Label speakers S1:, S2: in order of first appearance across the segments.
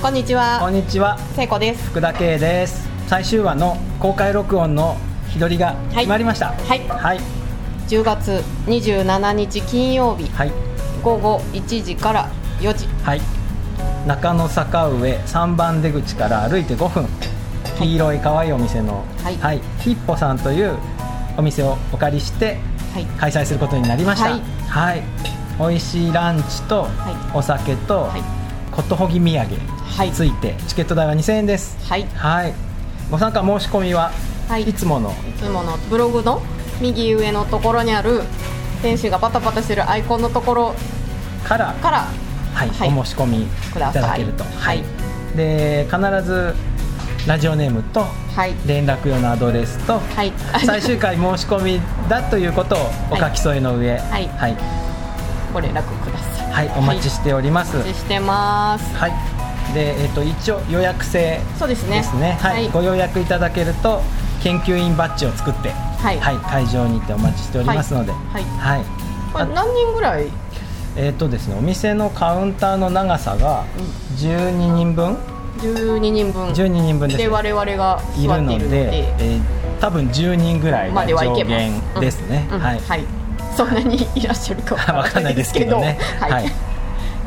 S1: こんにち
S2: こん
S1: は、
S2: にちは
S1: 聖子です。
S2: 福田圭です最終話の公開録音の日取りが決まりました
S1: はい
S2: はい
S1: 10月27日金曜日
S2: はい
S1: 午後1時から4時。
S2: はい中野坂上3番出口から歩いて5分黄色い可愛いお店の
S1: はい
S2: ヒッポさんというお店をお借りして
S1: はい。
S2: 開催することになりました
S1: はい
S2: はい、美味しいランチと
S1: は
S2: お酒と
S1: はい
S2: ことほぎ土産
S1: はい。
S2: ついてチケット代は2000円です
S1: はい。
S2: はいご参加申し込みは
S1: はい
S2: いつもの、
S1: いつものブログの右上のところにある天使がパタパタしてるアイコンのところ
S2: から
S1: から
S2: はい、
S1: はい
S2: お申し込みい
S1: くだ
S2: た
S1: さい
S2: だけると、
S1: はい
S2: で必ずラジオネームと
S1: はい
S2: 連絡用のアドレスと、
S1: はい
S2: 最終回申し込みだということをお書き添えの上はいはい
S1: ご連絡ください。
S2: はいお待ちしております
S1: お
S2: は
S1: 待
S2: い
S1: ち、してます。
S2: で、えっと一応予約制
S1: そうですね。
S2: ですねはい、
S1: は
S2: ご
S1: い。
S2: 予約いただけると研究員バッジを作って、
S1: はい
S2: 会場に行ってお待ちしておりますので、
S1: はい
S2: はい
S1: これ何人ぐらい？
S2: えっとですね、お店のカウンターの長さが12人分、
S1: 12人分。
S2: 12人分ですね
S1: で我々が
S2: い
S1: 座
S2: る
S1: ってい
S2: の
S1: るの
S2: で
S1: で、。
S2: えー多分10人ぐらい
S1: ま
S2: が
S1: ではい
S2: 上
S1: けます
S2: 限ですね。
S1: うん
S2: はい、
S1: はい、そんなにいらっしゃるか
S2: わ
S1: わ
S2: か
S1: か
S2: ん
S1: んな
S2: な
S1: いい
S2: で
S1: ですす
S2: け
S1: け
S2: ど
S1: ど、
S2: ね。
S1: はい、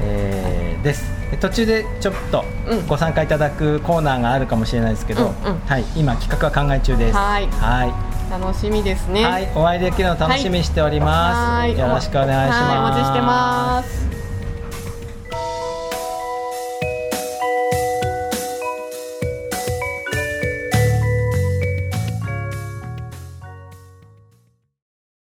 S2: えーです。途中でちょっと
S1: うん
S2: ご参加いただくコーナーがあるかもしれないですけど、
S1: うんうん
S2: はい、今企画は考え中です。
S1: はい
S2: は
S1: 楽しみです
S2: い
S1: ね。
S2: はいお会いできるのを楽しみにしております。
S1: はい
S2: よろしくお願いします。
S1: はい、お待ちしてます。